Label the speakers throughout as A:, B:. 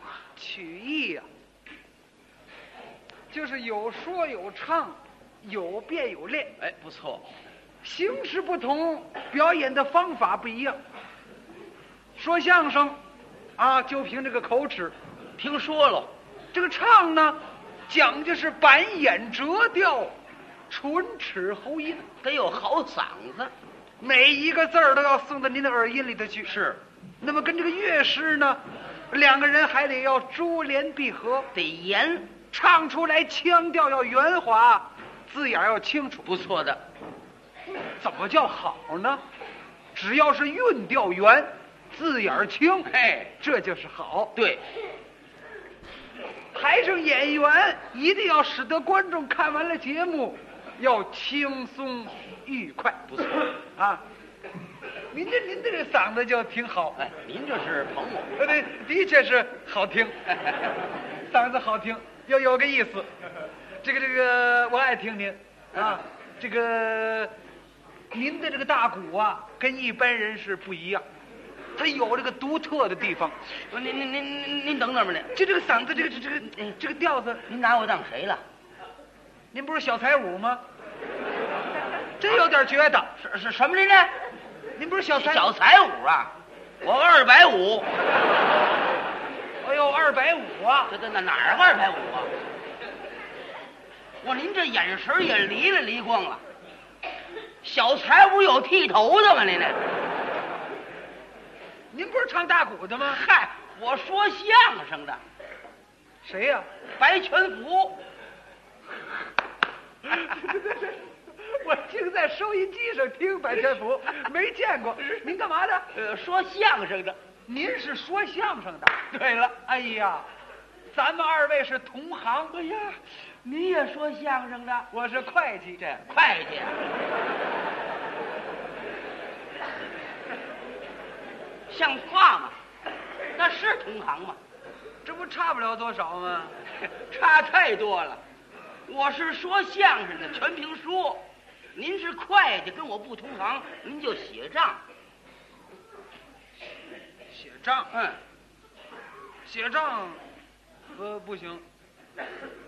A: 啊就是有说有唱，有变有练，
B: 哎，不错，
A: 形式不同，表演的方法不一样。说相声，啊，就凭这个口齿；
B: 听说了，
A: 这个唱呢，讲究是板眼折调，唇齿喉音，
B: 得有好嗓子。
A: 每一个字儿都要送到您的耳音里头去。
B: 是，
A: 那么跟这个乐师呢，两个人还得要珠联璧合，
B: 得严，
A: 唱出来腔调要圆滑，字眼儿要清楚。
B: 不错的。
A: 怎么叫好呢？只要是韵调圆，字眼儿清，
B: 哎，
A: 这就是好。
B: 对，
A: 台上演员一定要使得观众看完了节目，要轻松愉快。
B: 不错。
A: 啊，您这您这个嗓子就挺好，
B: 哎，您这是捧我。
A: 呃，对，的确是好听，嗓子好听，要有个意思。这个这个，我爱听您啊，这个您的这个大鼓啊，跟一般人是不一样，它有这个独特的地方。
B: 不是您您您您您等等吧，您
A: 就这个嗓子，这个这个这个这个调子，
B: 您拿我当谁了？
A: 您不是小彩舞吗？真有点觉得，
B: 是是什么来着？
A: 您不是小彩
B: 小彩舞啊，我二百五，
A: 哎呦，二百五啊！
B: 这这哪哪儿二百五啊？我您这眼神也离了离光了。小彩舞有剃头的吗？您这
A: 您不是唱大鼓的吗？
B: 嗨，我说相声的
A: 谁呀、
B: 白全福，
A: 我净在收音机上听白全 福，没见过。您干嘛的？
B: 呃，说相声的。
A: 您是说相声的？
B: 对了，
A: 哎呀，咱们二位是同行。哎呀，
B: 你也说相声的，
A: 我是会计。这
B: 会计。像话吗？那是同行吗？
A: 这不差不了多少 吗？
B: 差太多了。我是说相声的，全凭说。您是会计，跟我不同行，您就写账。
A: 写账，
B: 嗯，
A: 写账，呃，不行，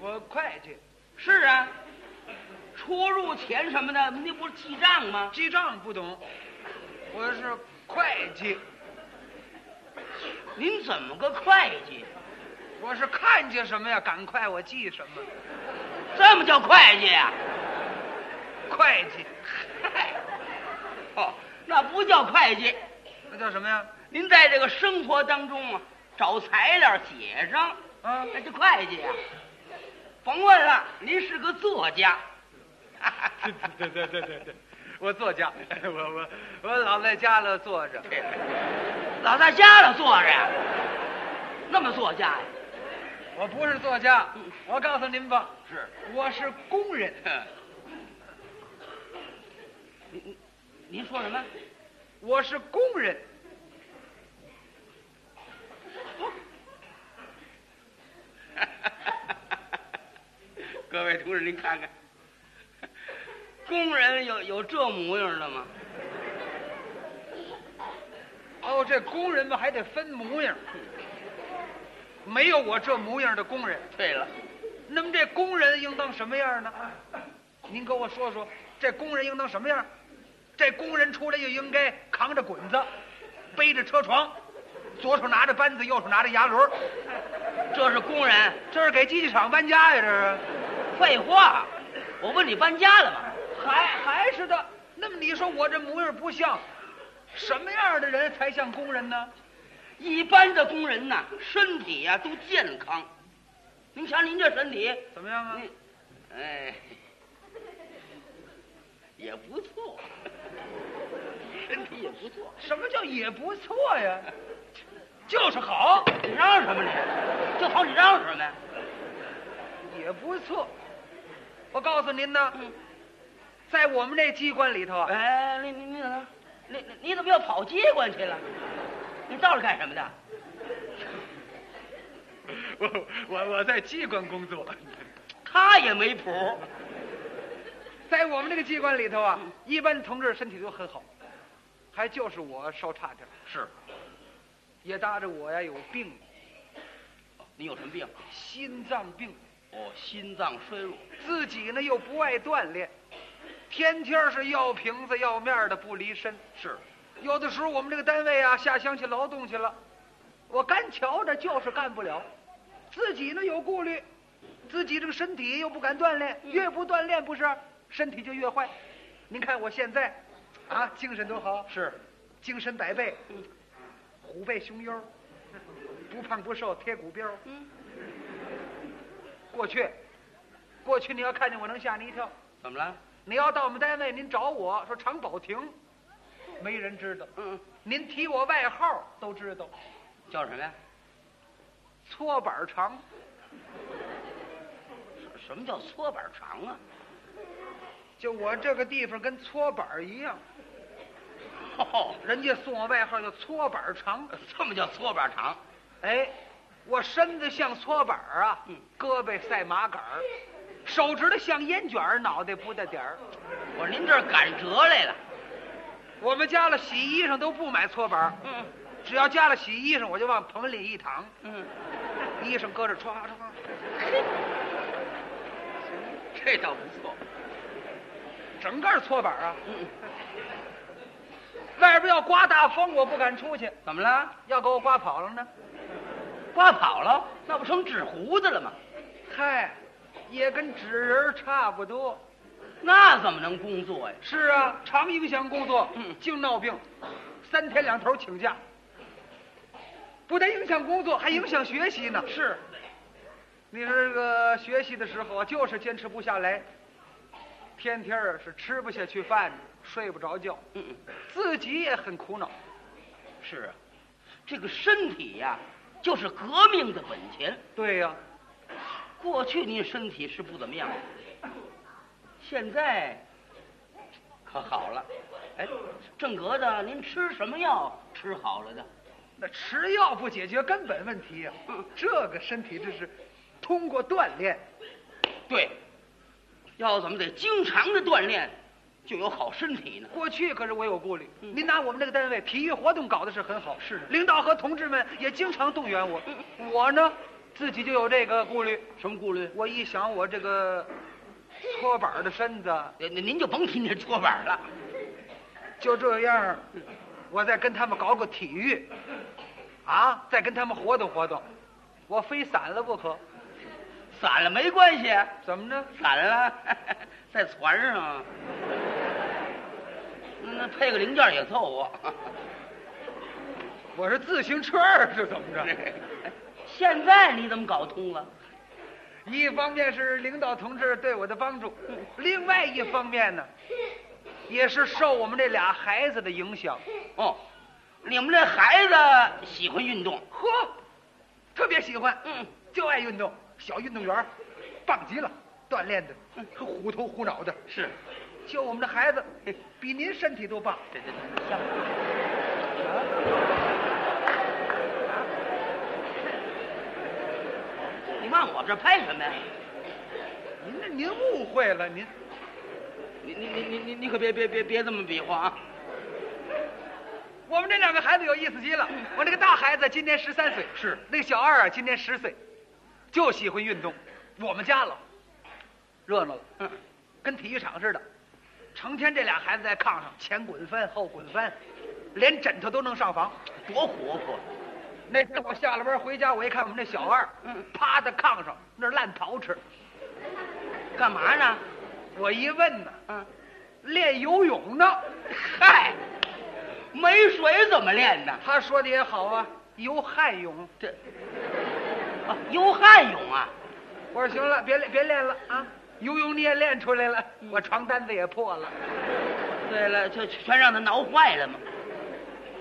A: 我会计，
B: 是啊，出入钱什么的，那不是记账吗？
A: 记账不懂，我是会计，
B: 您怎么个会计？
A: 我是看见什么呀，赶快我记什么。
B: 这么叫会计啊呀、
A: 会计，
B: 嗨，哦，那不叫会计。
A: 那叫什么呀？
B: 您在这个生活当中啊，找材料写上，
A: 啊
B: 那这会计啊，甭问了，您是个作家。
A: 对对对对对，我作家，我我我老在家了坐着，
B: 老在家了坐着呀，那么作家呀？
A: 我不是作家，我告诉您吧，
B: 是，
A: 我是工人，
B: 您您您说什么？
A: 我是工人，
B: 各位同志，您看看，工人有有这模样的吗？
A: 哦，这工人们还得分模样，没有我这模样的工人，
B: 对了，
A: 那么这工人应当什么样呢？您给我说说，这工人应当什么样？这工人出来就应该扛着滚子，背着车床，左手拿着扳子，右手拿着牙轮儿。
B: 这是工人。
A: 这是给机器厂搬家呀，这是。
B: 废话，我问你搬家了吗？
A: 还还是的。那么你说我这模样不像，什么样的人才像工人呢？
B: 一般的工人呐，身体呀、都健康。您瞧您这身体，
A: 怎么样啊？
B: 您，哎，也不错，身体也不错。
A: 什么叫也不错呀？就是好，
B: 你嚷什么你？就好你嚷什么呀？
A: 也不错。我告诉您呢
B: 嗯，
A: 在我们这机关里头啊，
B: 哎，你你你怎么，你你你怎么又跑机关去了？你到这儿干什么的？
A: 我我我在机关工作，
B: 他也没谱，
A: 在我们这个机关里头啊，一般同志身体都很好，还就是我稍差点儿，
B: 是
A: 也搭着我呀有病，
B: 你有什么病？
A: 心脏病，
B: 哦，心脏衰弱，
A: 自己呢又不爱锻炼，天天是要瓶子要面儿的不离身。
B: 是，
A: 有的时候我们这个单位啊下乡去劳动去了，我干瞧着就是干不了，自己呢有顾虑，自己这个身体又不敢锻炼，越不锻炼不是身体就越坏。您看我现在，啊，精神多好，
B: 是，
A: 精神百倍，虎背熊腰，不胖不瘦贴骨膘。
B: 嗯，
A: 过去，过去你要看见我能吓你一跳，
B: 怎么了？
A: 你要到我们单位您找我说常宝亭，没人知道。
B: 嗯，
A: 您提我外号都知道，
B: 叫什么呀？
A: 搓板儿肠。
B: 什什么叫搓板肠啊？
A: 就我这个地方跟搓板儿一样，
B: 哦，
A: 人家送我外号叫搓板儿肠。
B: 这么叫搓板肠？
A: 哎，我身子像搓板儿啊，
B: 嗯
A: 胳膊赛麻杆儿，手指头像烟卷儿，脑袋不带点儿。
B: 我说您这儿赶折来了。
A: 我们家了洗衣裳都不买搓板儿，
B: 嗯
A: 只要家了洗衣裳，我就往棚里一躺，
B: 嗯，
A: 衣裳搁这歘歘。
B: 这倒不错。
A: 整个儿搓板儿啊，
B: 嗯，
A: 外边要刮大风，我不敢出去，
B: 怎么了？
A: 要给我刮跑了呢。
B: 刮跑了，那不成纸糊子了吗？
A: 嗨，也跟纸人儿差不多。
B: 那怎么能工作呀？
A: 是啊，常影响工作，
B: 嗯
A: 净闹病，三天两头请假，不但影响工作，还影响学习呢。
B: 是，
A: 你说这个学习的时候啊就是坚持不下来，天天儿是吃不下去饭，睡不着觉，
B: 嗯，
A: 自己也很苦恼。
B: 是啊，这个身体呀、就是革命的本钱。
A: 对呀、
B: 过去您身体是不怎么样，现在可好了。哎，正格子，您吃什么药吃好了的？
A: 那吃药不解决根本问题呀、
B: 嗯
A: 这个身体这是通过锻炼，
B: 对，要怎么得经常的锻炼，就有好身体呢？
A: 过去可是我有顾虑，
B: 嗯
A: 您拿我们这个单位体育活动搞得是很好，
B: 是的嗯
A: 领导和同志们也经常动员我，我呢自己就有这个顾虑。
B: 什么顾虑？
A: 我一想我这个搓板儿的身子
B: 您您您就甭提那搓板了。
A: 就这样儿，
B: 嗯
A: 我再跟他们搞搞体育，啊，再跟他们活动活动，我非散了不可。
B: 散了没关系，
A: 怎么呢？
B: 散了 在船上，那那配个零件也凑合。
A: 我是自行车儿是啊怎么着？
B: 现在你怎么搞通了？
A: 一方面是领导同志对我的帮助，另外一方面呢，也是受我们这俩孩子的影响。
B: 哦，你们这孩子喜欢运动，
A: 呵，特别喜欢，
B: 嗯，
A: 就爱运动，小运动员儿，棒极了，锻炼的，虎头虎脑的。
B: 是，
A: 就我们这孩子，比您身体都棒。啊
B: 这这这像你往我这拍什么呀？
A: 您这您误会了，您
B: 你你你你你你可别别别别这么比划啊！
A: 我们这两个孩子有意思极 了。我那个大孩子今年十三岁，
B: 是
A: 那个小二啊今年十岁，就喜欢运动。我们家了，热闹了。
B: 嗯，
A: 跟体育场似的，成天这俩孩子在炕上前滚翻后滚翻，连枕头都能上房。
B: 多活泼！
A: 那天我下了班回家，我一看我们这小二，
B: 嗯
A: 趴在炕上那儿烂桃吃。
B: 干嘛呢？
A: 我一问呢，
B: 嗯，
A: 练游泳呢。
B: 嗨，没水怎么练呢？
A: 他说的也好啊，游旱泳。
B: 这啊，游旱泳啊，
A: 我说行了，别练别练了啊，游泳你也练出来了，我床单子也破了。
B: 对了，就全让他挠坏了嘛。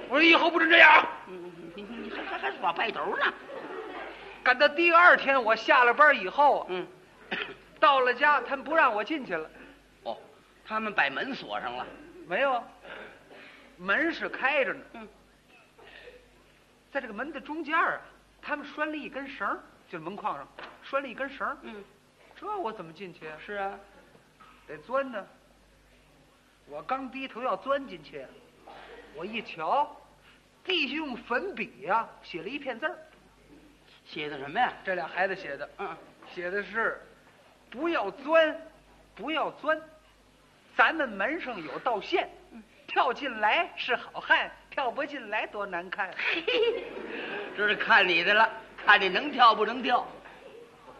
A: 我说以后不准这样啊。
B: 嗯，你你你还还还耍拜头呢？
A: 赶到第二天我下了班以后啊，
B: 嗯，
A: 到了家他们不让我进去了，
B: 哦，他们把门锁上了。
A: 没有，门是开着呢。
B: 嗯，
A: 在这个门的中间儿啊，他们拴了一根绳儿，就是门框上拴了一根绳儿。
B: 嗯，
A: 这我怎么进去啊？
B: 是啊，
A: 得钻呢。我刚低头要钻进去，啊我一瞧，地上啊用粉笔呀、写了一片字儿，
B: 写的什么呀？
A: 这俩孩子写的，
B: 嗯，
A: 写的是“不要钻，不要钻，咱们门上有道线，跳进来是好汉，跳不进来多难看啊
B: 这是看你的了，看你能跳不能跳。”。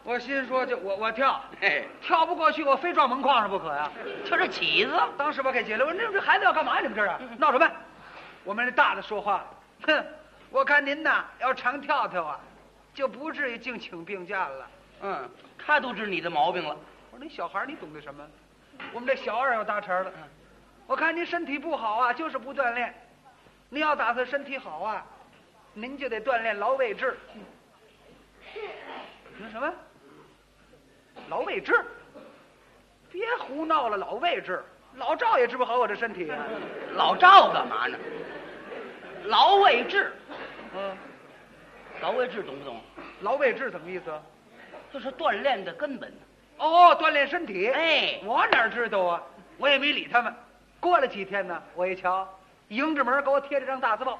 A: 我心说就我我跳，
B: 嘿，
A: 跳不过去，我非撞门框上不可呀、
B: 就这起子，
A: 当时把给解了，我说你们这孩子要干嘛？你们这是啊闹什么？我们这大的说话了，哼，我看您呐要常跳跳啊，就不至于净请病假了。
B: 嗯，他都知你的毛病了。
A: 我说你小孩儿你懂得什么？我们这小二要搭茬了，我看您身体不好啊，就是不锻炼。您要打算身体好啊，您就得锻炼劳卫志。你说什么？劳卫志？别胡闹了，老卫志，老赵也治不好我这身体啊。
B: 老赵干嘛呢？劳卫志，
A: 嗯，
B: 劳卫志懂不懂？
A: 劳卫志怎么意思啊？
B: 就是锻炼的根本。
A: 哦，锻炼身体。
B: 哎
A: 我哪知道啊？我也没理他们。过了几天呢，我一瞧，迎着门给我贴了张大字报。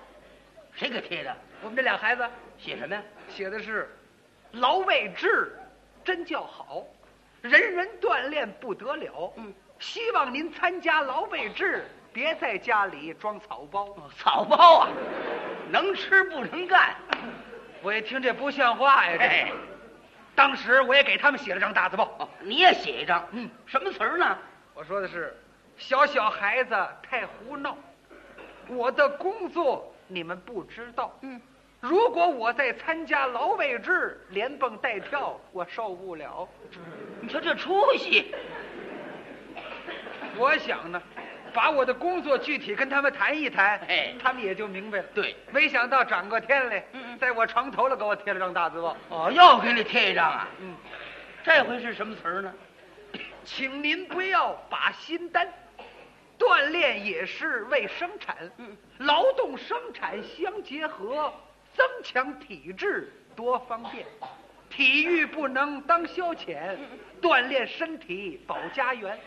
B: 谁给贴的？
A: 我们这俩孩子
B: 写什么呀？
A: 写的是“劳卫志”，真叫好，人人锻炼不得了。
B: 嗯，
A: 希望您参加劳卫志，别在家里装草包。
B: 哦草包啊，能吃不能干。
A: 我一听这不像话呀！这
B: 哎，
A: 当时我也给他们写了张大字报。
B: 哦，你也写一张。
A: 嗯，
B: 什么词儿呢？
A: 我说的是，小小孩子太胡闹，我的工作你们不知道。
B: 嗯，
A: 如果我再参加劳卫志，连蹦带跳，我受不了。
B: 你瞧这出息，
A: 我想呢，把我的工作具体跟他们谈一谈，
B: 哎
A: 他们也就明白了。
B: 对，
A: 没想到转过天来，
B: 嗯嗯
A: 在我床头了给我贴了张大字报。
B: 哦，又给你贴一张啊。
A: 嗯，
B: 这回是什么词儿呢？
A: 请您不要把心担，锻炼也是为生产，
B: 嗯
A: 劳动生产相结合，增强体质多方便。体育不能当消遣，锻炼身体保家园。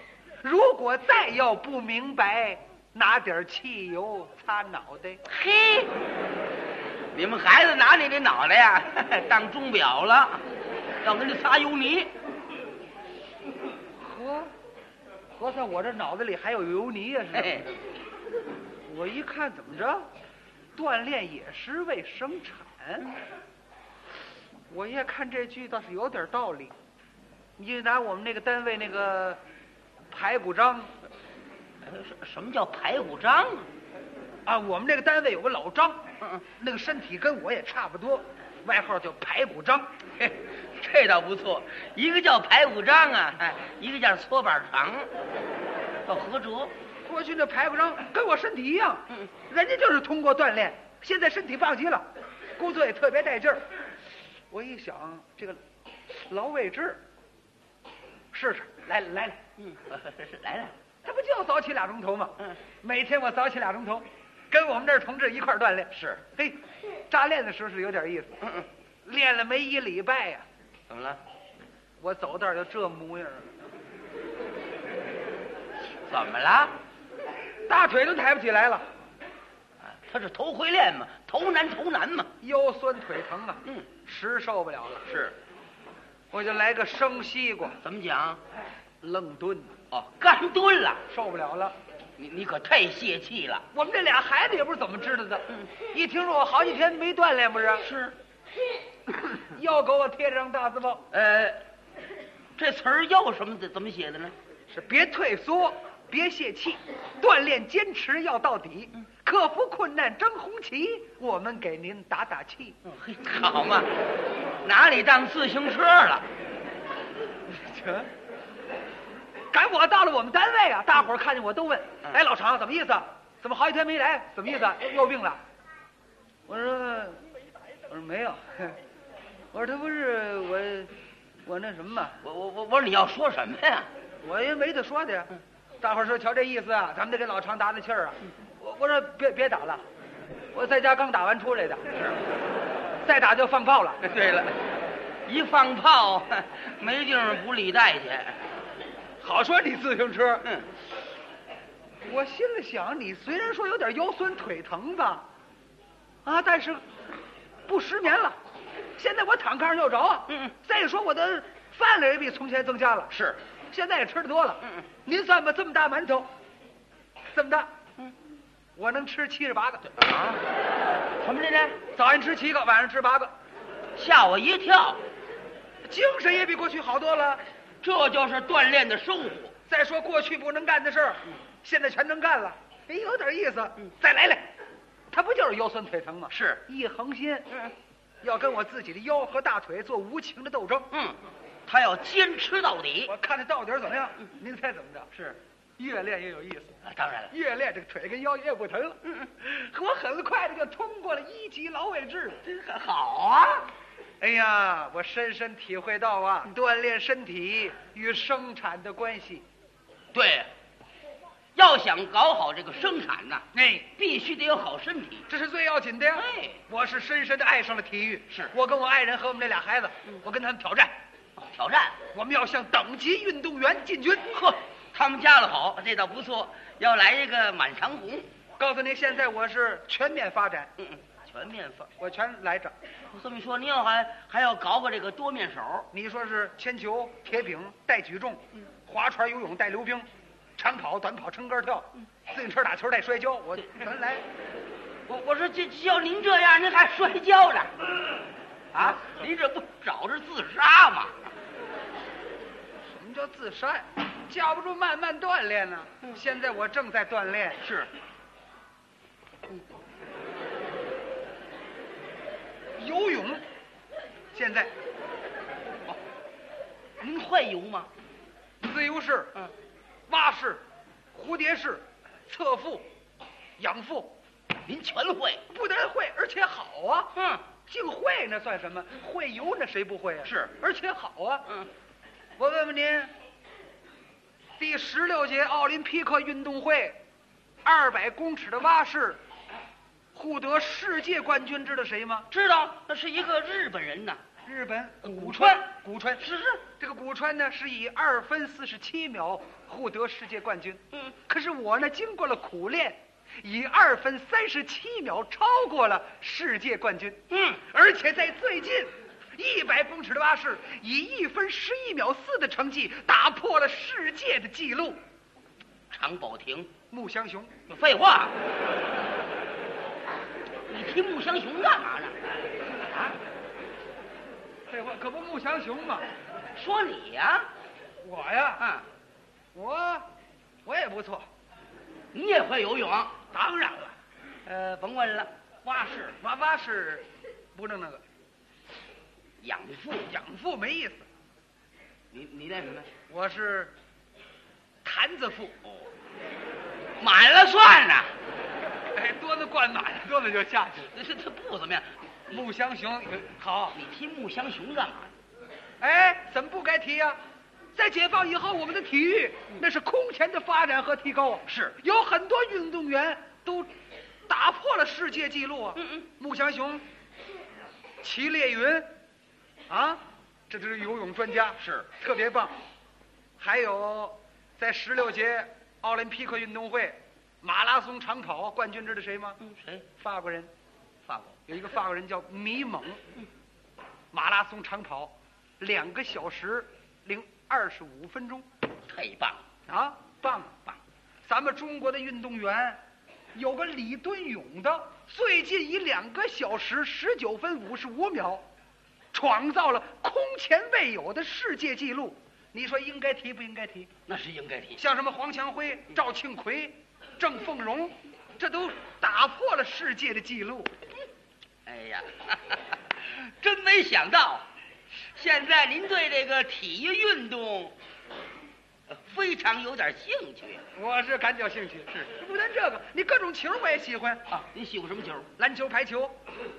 A: 如果再要不明白，拿点汽油擦脑袋。
B: 嘿，你们孩子拿你这脑袋呀 当钟表了，要跟这擦油泥。
A: 合，合算我这脑子里还有油泥呀、是吧？
B: 嘿，
A: 我一看怎么着，锻炼也是为生产。我一看这句倒是有点道理。你就拿我们那个单位那个排骨张
B: 什什么叫排骨张啊？
A: 啊，我们那个单位有个老张，
B: 嗯嗯
A: 那个身体跟我也差不多，外号叫排骨张。
B: 嘿， 这倒不错，一个叫排骨张啊，哎，一个叫搓板肠，叫何哲。
A: 过去那排骨张跟我身体一样
B: 嗯，
A: 人家就是通过锻炼，现在身体棒极了，工作也特别带劲儿。我一想，这个劳卫志，试试，来来来，
B: 嗯， 来来，
A: 他不就早起俩钟头吗？
B: 嗯，
A: 每天我早起俩钟头，跟我们这儿同志一块儿锻炼。
B: 是，
A: 嘿，扎练的时候是有点意思，
B: 嗯嗯，
A: 练了没一礼拜呀、
B: 怎么了？
A: 我走道儿就这模样儿，
B: 怎么了？
A: 大腿都抬不起来了，
B: 啊他是头回练嘛，头难头难嘛。
A: 腰酸腿疼啊，
B: 嗯，
A: 实受不了了，
B: 是，
A: 我就来个生西瓜，
B: 怎么讲？
A: 愣蹲。
B: 哦，干蹲了，
A: 受不了了。
B: 你你可太泄气了。
A: 我们这俩孩子也不是怎么知道的，
B: 嗯
A: 一听说我好几天没锻炼，不是
B: 是，
A: 又给我贴上大字报，
B: 呃，这词儿又什么的怎么写的呢？
A: 是别退缩，别泄气，锻炼坚持要到底，克服困难争红旗，我们给您打打气。
B: 嗯嘿，好嘛，拿你当自行车了。
A: 这赶我到了我们单位啊，大伙儿看见我都问：“
B: 嗯
A: 哎，老常怎么意思啊？怎么好几天没来？怎么意思啊？又又病了？”我说：“我说没有， 我说他不是我，我那什么嘛，
B: 我我我我说你要说什么呀？
A: 我也没得说的呀。”大伙儿说：“瞧这意思啊，咱们得给老常打打气儿啊。”我我说：“别别打了，我在家刚打完出来的，再打就放炮了。
B: 对了，一放炮没地方补履带去。
A: 好说你自行车。”
B: 嗯，
A: 我心里想，你虽然说有点腰酸腿疼吧，啊，但是不失眠了。现在我躺炕上又着啊。
B: 嗯嗯
A: 再说我的饭量也比从前增加了，
B: 是，
A: 现在也吃的多了。
B: 嗯嗯
A: 您算吧，这么大馒头，这么大，
B: 嗯
A: 我能吃七十八个，
B: 啊，什么来着？
A: 早上吃七个，晚上吃八个，
B: 吓我一跳！
A: 精神也比过去好多了。
B: 这就是锻炼的收获。
A: 再说过去不能干的事儿，
B: 嗯
A: 现在全能干了，哎，有点意思。再来来，他不就是腰酸腿疼吗？
B: 是，
A: 一横心，
B: 嗯
A: 要跟我自己的腰和大腿做无情的斗争。
B: 嗯，他要坚持到底
A: 我。看他到底儿怎么样？您猜怎么着？
B: 是，
A: 越练越有意思，
B: 啊当然了。
A: 越练这个腿跟腰越不疼了。我很快的就通过了一级劳卫制了。
B: 这个好啊，
A: 哎呀，我深深体会到啊，锻炼身体与生产的关系。
B: 对，要想搞好这个生产呐、
A: 哎，
B: 必须得有好身体。
A: 这是最要紧的呀。
B: 哎
A: 我是深深的爱上了体育。
B: 是嗯
A: 我跟我爱人和我们这俩孩子，我跟他们挑战，
B: 哦挑战，
A: 我们要向等级运动员进军。
B: 呵，他们家的好，这倒不错。要来一个满长红，
A: 告诉您，现在我是全面发展，
B: 嗯嗯，全面放。
A: 我全来着。
B: 我这么一说，您要还还要搞搞这个多面手，
A: 你说是铅球、铁饼、带举重，划船、游泳、带溜冰，长跑、短跑、撑杆跳，自行车、打球、带摔跤，我全来。
B: 我我说这要您这样，您还摔跤呢？嗯
A: 啊，
B: 您这不找着自杀吗？
A: 什么叫自杀呀？架不住慢慢锻炼呢、现在我正在锻炼，
B: 是。
A: 游泳。现在
B: 您会游吗？
A: 自由式、
B: 嗯，
A: 蛙式、蝴蝶式、侧腹、仰腹，
B: 您全会。
A: 不但会，而且好啊！
B: 嗯，
A: 净会那算什么？会游那谁不会啊？
B: 是
A: 而且好啊！
B: 嗯，
A: 我问问您，第十六届奥林匹克运动会，二百公尺的蛙式，获得世界冠军，知道谁吗？
B: 知道那是一个日本人呐，
A: 日本
B: 古川，
A: 古川
B: 是是，
A: 这个古川呢，是以二分四十七秒获得世界冠军。
B: 嗯，
A: 可是我呢，经过了苦练，以二分三十七秒超过了世界冠军。
B: 嗯，
A: 而且在最近一百公尺的蛙式，以一分十一秒四的成绩打破了世界的纪录。
B: 常宝霆。
A: 穆湘雄，
B: 废话，你提穆湘雄干嘛呢？啊，
A: 废话，可不穆湘雄吗？
B: 说你呀、
A: 我呀，
B: 啊，
A: 我我也不错，
B: 你也会游泳？
A: 当然了，
B: 呃，甭问了，蛙式、
A: 蛙蛙式不弄那个
B: 仰腹，
A: 养父没意思，
B: 你你那什么？
A: 我是坛子腹，
B: 满了算了，
A: 哎，多子灌满了，多子就下去了。
B: 这这不怎么样。
A: 穆湘雄好，
B: 你提穆湘雄干嘛？
A: 哎，怎么不该提呀、在解放以后，我们的体育那是空前的发展和提高啊！
B: 嗯是
A: 有很多运动员都打破了世界纪录啊！
B: 嗯嗯，
A: 穆祥雄、祁烈云，啊，这都是游泳专家，
B: 是
A: 特别棒。还有，在十六届奥林匹克运动会马拉松长跑冠军，知道谁吗？
B: 嗯，谁？
A: 法国人，
B: 法国。
A: 有一个法国人叫米猛，马拉松长跑，两个小时零二十五分钟，
B: 太棒了！
A: 啊，棒棒！咱们中国的运动员有个李敦勇的，最近以两个小时十九分五十五秒，创造了空前未有的世界纪录。你说应该提不应该提？
B: 那是应该提。
A: 像什么黄强辉、赵庆魁、郑凤荣，这都打破了世界的纪录。
B: 哎 呀，真没想到，现在您对这个体育运动呃非常有点兴趣
A: 我是感觉兴趣，是不但这个，你各种球我也喜欢，
B: 啊！您喜欢什么球？
A: 篮球、排 球、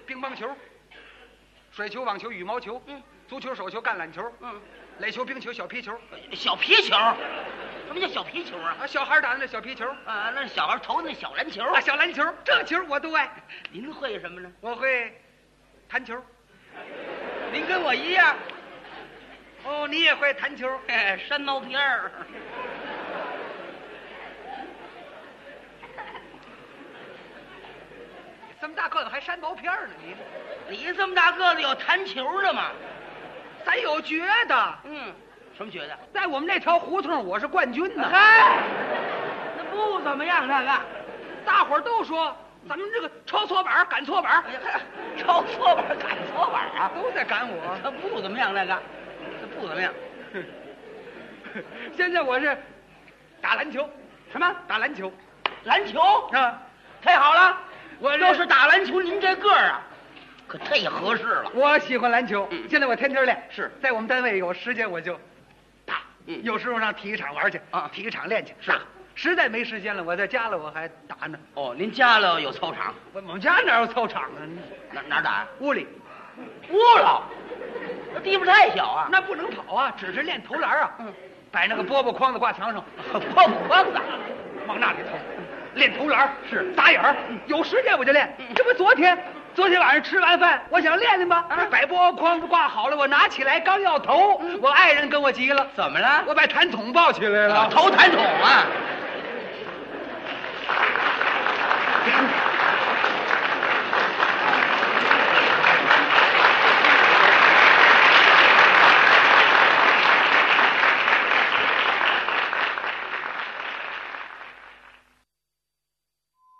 A: 乒乓球、水球、网球、羽毛球，
B: 嗯
A: 足球、手球、橄榄球，
B: 嗯，
A: 垒球、冰球、小皮球
B: 小皮球。什么叫小皮球啊？
A: 啊，小孩打的那小皮球
B: 啊，那是小孩投的那小篮球。
A: 啊，小篮球，这球我都爱。
B: 您会什么呢？
A: 我会弹 球，
B: 您跟我一样，
A: 哦，你也会弹球，
B: 哎、山毛片儿。
A: 这么大个子还扇毛片呢，你
B: 你这么大个子有弹球的吗？
A: 咱有觉得，
B: 嗯，什么觉得？
A: 在我们这条胡同我是冠军呢。
B: 嗨，那不怎么样，那个。
A: 大伙儿都说咱们这个抄错板儿赶错板
B: 哎
A: 儿，
B: 呀， 抄错板赶错板啊！
A: 哎都在赶我。
B: 这不怎么样，那个，这不怎么样。
A: 现在我是打篮球，
B: 什么？
A: 打篮球
B: 篮球？
A: 啊，
B: 太好了！
A: 我这
B: 要是打篮球，您这个儿啊，可太合适了。
A: 我喜欢篮球
B: 嗯，
A: 现在我天天练。
B: 是
A: 在我们单位有时间我就打，
B: 嗯
A: 有时候上体育场玩去
B: 啊
A: 体育场练去
B: 是
A: 打。实在没时间了，我在家了我还打呢。
B: 哦，您家了有操场，
A: 我我们家哪有操场啊？
B: 哪哪儿打呀、
A: 屋里
B: 不了，那地方太小啊。
A: 那不能跑啊，只是练投篮啊。
B: 嗯，
A: 把那个饽饽筐子挂墙上，
B: 破筐子，
A: 往那里投，练投篮儿
B: 是
A: 打眼儿。有时间我就练
B: 嗯，
A: 这不昨天，昨天晚上吃完饭，我想练练吧
B: 啊，
A: 摆波筐子挂好了，我拿起来刚
B: 嗯
A: 要投，我爱人跟我急了，
B: 怎么了？
A: 我把痰桶抱起来
B: 我
A: 了，
B: 投弹筒啊！